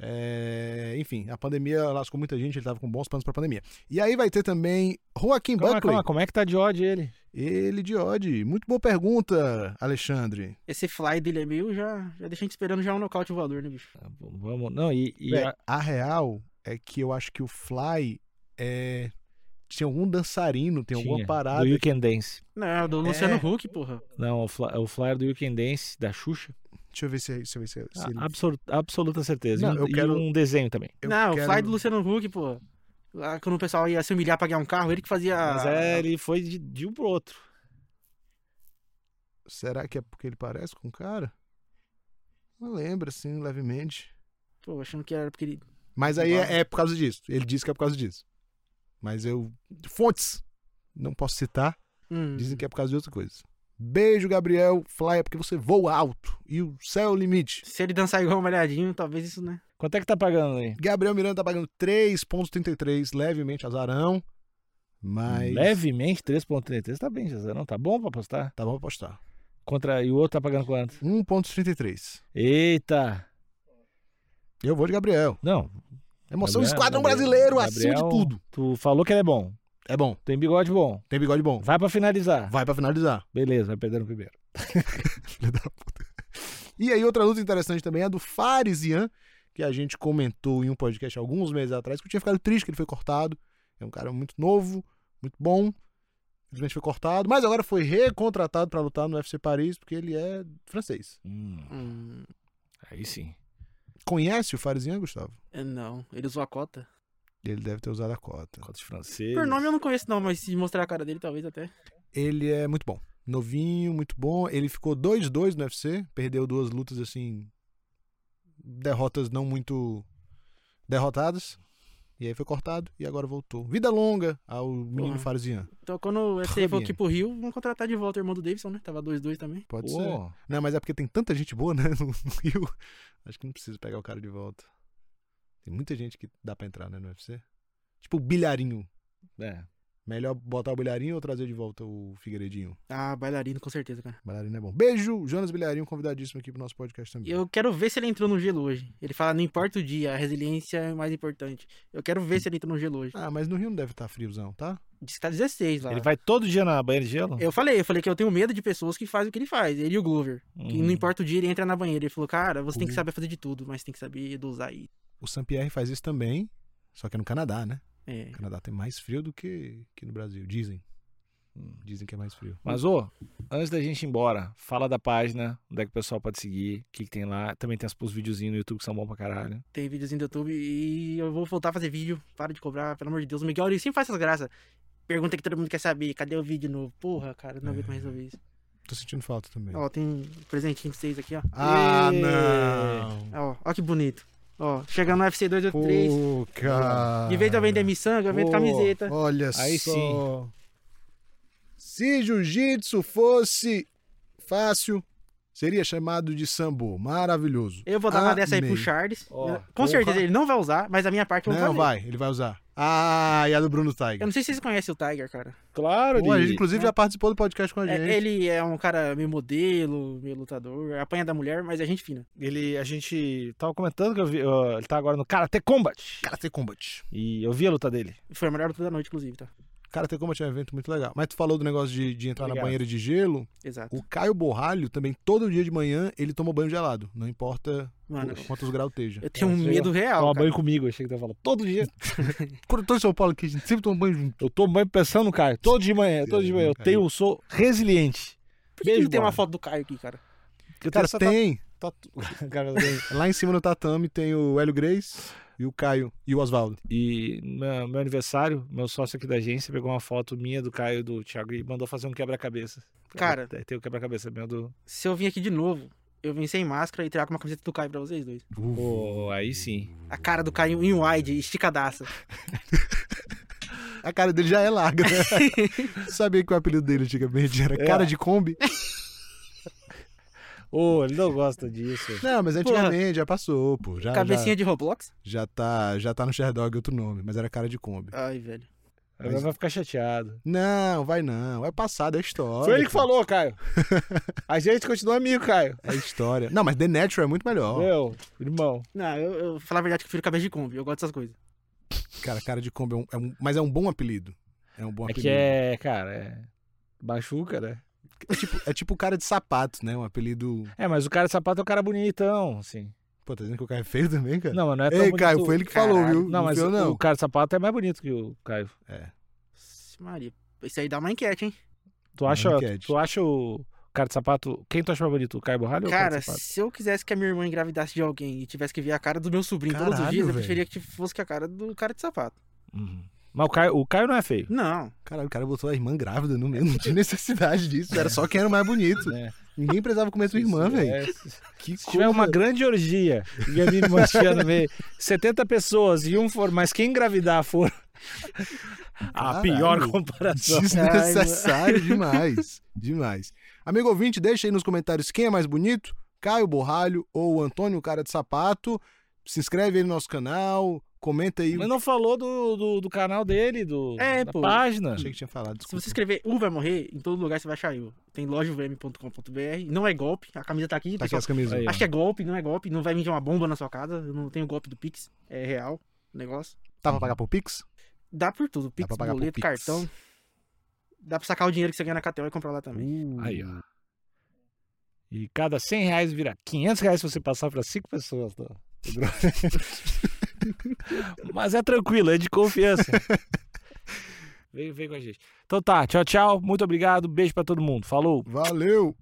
É, Enfim, a pandemia lascou muita gente, ele tava com bons planos pra pandemia. E aí vai ter também Joaquim Calma, Buckley. calma, como é que tá de ódio ele? Ele de Odd. Muito boa pergunta, Alexandre. Esse fly dele é meio já, já deixa a gente esperando já um nocaute voador, né, bicho? Tá, Vamos, não, e, e Véi, a- a... real é que eu acho que o Fly é. Tinha algum dançarino, tem alguma tinha, parada. do Weekend Dance. Não, é o do Luciano Huck, porra. Não, o, fly, o flyer do Weekend Dance da Xuxa. Deixa eu ver se, deixa eu ver se, se Ah, ele. A- absolu- absoluta certeza. Não, E um- eu quero- E um desenho também. eu não, quero- o fly do Luciano Huck, porra. Lá Quando o pessoal ia se humilhar pra ganhar um carro, ele que fazia. Ah. Mas é, ele foi de, de um pro outro. Será que é porque ele parece com o cara? Não lembro, assim, levemente. Pô, achando que era porque ele. Mas aí é, é por causa disso. Ele disse que é por causa disso. Mas eu. Fontes! Não posso citar. Hum, Dizem que é por causa de outra coisa. Beijo, Gabriel. Fly é porque você voa alto. E o céu é o limite. Se ele dançar igual o malhadinho, talvez isso, né? Quanto é que tá pagando aí? Gabriel Miranda tá pagando 3,33, levemente azarão. Mas. Levemente, 3.33. Tá bem, José. Não, tá bom pra apostar? Tá bom apostar. Contra... E o outro tá pagando quanto? 1,33. Eita! Eu vou de Gabriel. Não. Emoção Gabriel- Esquadrão Gabriel- Brasileiro, acima de Gabriel, tudo. Tu falou que ele é bom. É bom. Tem bigode bom. Tem bigode bom. Vai pra finalizar. Vai pra finalizar. Beleza, vai perder no primeiro. Filha da puta. E aí, outra luta interessante também é a do Fares Ian, que a gente comentou em um podcast alguns meses atrás, que eu tinha ficado triste que ele foi cortado. É um cara muito novo, muito bom. Infelizmente foi cortado, mas agora foi recontratado pra lutar no UFC Paris, porque ele é francês. Hum, Hum, aí sim. Conhece o Farizinho, Gustavo? é, não, ele usou a cota. Ele deve ter usado a cota. Contra os franceses. Por nome eu não conheço, não, mas se mostrar a cara dele, talvez até. Ele é muito bom. Novinho, muito bom. Ele ficou 2-2 no UFC, perdeu duas lutas assim. Derrotas não muito derrotadas. E aí foi cortado e agora voltou. Vida longa ao menino Porra. Farzian. Então, quando o UFC for Rabinha. aqui pro Rio, vão contratar de volta o irmão do Davidson, né? Tava 2-2 também. Pode Pô. ser. Não, mas é porque tem tanta gente boa, né? No no Rio. Acho que não precisa pegar o cara de volta. Tem muita gente que dá pra entrar, né, no UFC. Tipo o bilharinho. É. Melhor botar o bilharinho ou trazer de volta o Figueiredinho? Ah, bailarino, com certeza, cara. O Bilharinho é bom. Beijo, Jonas Bilharinho, convidadíssimo aqui pro nosso podcast também. Eu quero ver se ele entrou no gelo hoje. Ele fala, não importa o dia, a resiliência é mais importante. Eu quero ver se ele entrou no gelo hoje. Ah, mas no Rio não deve estar friozão, tá? Diz que tá 16 lá. Ele vai todo dia na banheira de gelo? Eu falei, eu falei que eu tenho medo de pessoas que fazem o que ele faz, ele e o Glover. Que Hum. não importa o dia, ele entra na banheira. Ele falou, cara, você tem que Uhum. saber fazer de tudo, mas tem que saber dosar aí. O Saint-Pierre faz isso também, só que é no Canadá, né? É. O Canadá tem mais frio do que, que no Brasil, dizem. Hum. Dizem que é mais frio. Mas, ô, antes da gente ir embora, fala da página, onde é que o pessoal pode seguir, o que, que tem lá. Também tem as- os videozinhos no YouTube que são bons pra caralho. Tem videozinho do YouTube e eu vou voltar a fazer vídeo. Para de cobrar, pelo amor de Deus. O Miguel ele sempre faz essas graças. Pergunta que todo mundo quer saber. Cadê o vídeo novo? Porra, cara, não aguento mais resolver isso. Tô sentindo falta também. Ó, tem um presentinho pra vocês aqui, ó. Ah, Ê! não! Ó, ó que bonito. Ó, chega no UFC 283. Pô, cara! De vez eu vender miçanga, eu vendo Pô. camiseta. Olha Aí só! Se jiu-jitsu fosse fácil, seria chamado de sambo. Maravilhoso. Eu vou dar uma dessa aí pro Amei. Charles. Ó, Eu- porra. Com certeza ele não vai usar, mas a minha parte eu vou Não, fazer. vai, ele vai usar. Ah, e a do Bruno Tiger. Eu não sei se vocês conhecem o Tiger, cara. Claro, Pô, a gente, inclusive, já participou do podcast com a É, gente. ele é um cara meio modelo, meio lutador, apanha da mulher, mas é gente fina. Ele, a gente tava comentando que eu vi, ó, ele tá agora no Karate Combat. Karate Combat. E eu vi a luta dele. Foi a melhor luta da noite, inclusive, tá? Karate Combat é um evento muito legal. Mas tu falou do negócio de, de entrar Obrigado. na banheira de gelo. Exato. O Caio Borralho também, todo dia de manhã, ele toma banho gelado. Não importa Mano, o- quantos graus esteja. eu tenho um Sei lá. medo real. Toma Cara. banho comigo, eu achei que tava falando. Todo dia. Quando eu tô em São Paulo, que a gente sempre toma banho junto. Eu tomo banho pensando no cara. Todo de manhã, todo de manhã. Eu Cara. tenho, eu sou resiliente. Por que, que Beijo, não tem uma Bola. foto do Caio aqui, cara? Eu Cara, tenho essa tem. tatu- tá- Cara, eu tenho- Lá em cima no tatame tem o Hélio Grace e o Caio e o Oswaldo. E meu, meu aniversário, meu sócio aqui da agência pegou uma foto minha do Caio e do Thiago e mandou fazer um quebra-cabeça. Cara. Tem- Tem o quebra-cabeça meu do. Se eu vim aqui de novo, eu vim sem máscara e trago uma camiseta do Caio pra vocês dois. Pô, aí sim. A cara do Caio em wide, esticadaça. A cara dele já é larga, né? Sabia que o apelido dele antigamente era É. cara de Kombi? Ô, ele não gosta disso. Não, mas antigamente já passou, pô. Já, Cabecinha de Roblox. já, já, tá, já tá no Sherdog outro nome, mas era cara de Kombi. Ai, velho. Agora vai ficar chateado. Não, vai não. É passado, é história. Foi ele que pô. falou, Caio. A gente continua amigo, Caio. É história. Não, mas The Natural é muito melhor. Meu, irmão. Não, eu, eu falar a verdade que eu prefiro cabeça de Kombi. Eu gosto dessas coisas. Cara, cara de Kombi é um, é um- Mas é um bom apelido. É um bom É que apelido. é, cara, é. Bachuca, né? É tipo, é tipo cara de sapato, né? Um apelido. É, mas o cara de sapato é um cara bonitão, assim. Pô, tá dizendo que o cara é feio também, cara? Não, mas não é tão Ei, bonito. Caio, foi ele que falou, Caralho. viu? Não, mas fui eu, não. o cara de sapato é mais bonito que o Caio. Nossa, Maria. Isso aí dá uma enquete, hein? Tu acha, enquete. tu acha o cara de sapato. Quem tu acha mais bonito? O Caio Borralho ou o cara Cara, de sapato? se eu quisesse que a minha irmã engravidasse de alguém e tivesse que ver a cara do meu sobrinho todos os Caralho, dias, eu velho. preferia que fosse que a cara do cara de sapato. Uhum. Mas o Caio, o Caio não é feio. Não. Caralho, o cara botou a irmã grávida no meio. Não tinha necessidade disso. Era só quem era o mais bonito. É. Ninguém precisava comer sua irmã, Isso, velho. é. Que Se tiver uma grande orgia e a minha irmã estiver no meio, 70 pessoas e um for, mas quem engravidar for. A Caralho. pior comparação. Desnecessário demais. Demais. Amigo ouvinte, deixa aí nos comentários quem é mais bonito: Caio Borralho ou o Antônio Cara de Sapato. Se inscreve aí no nosso canal, comenta aí. Mas não falou do, do, do canal dele, do, É, da pô. página. Achei que tinha falado. Se Desculpa. você escrever U vai morrer, em todo lugar você vai achar eu. Tem lojavm.com.br, não é golpe, a camisa tá aqui. Tá aqui pessoal. as camisas. Aí, ó. Acho que é golpe, não é golpe, não vai vir de uma bomba na sua casa, eu não tenho golpe do Pix, é real o negócio. Tá pra pagar por Pix? Dá por tudo, Pix, pra pagar por boleto, Pix. cartão. Dá pra sacar o dinheiro que você ganha na Catel e comprar lá também. Aí, ó. Hum. E cada 100 reais vira 500 reais se você passar para cinco pessoas. tá? Mas é tranquilo, é de confiança. Vem, vem com a gente. Então tá, tchau, tchau. Muito obrigado. Beijo pra todo mundo. Falou. Valeu!